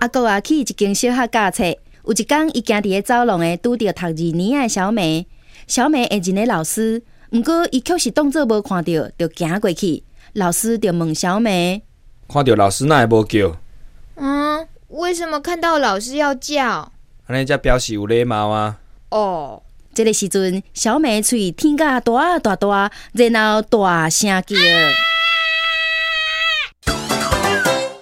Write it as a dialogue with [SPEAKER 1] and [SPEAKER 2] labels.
[SPEAKER 1] 阿哥啊去一间小学教册，有一天伊行伫个走廊诶，拄着读二年诶小梅，小梅会认诶老师，毋过伊确实当作无看到，就行过去。老师就问小梅，
[SPEAKER 2] 看到老师那会无叫，
[SPEAKER 3] 嗯，为什么看到老师要叫？
[SPEAKER 2] 安尼才表示有礼貌啊。
[SPEAKER 3] 哦，
[SPEAKER 1] 这个时阵小梅喙挺甲大大大，然后大声叫。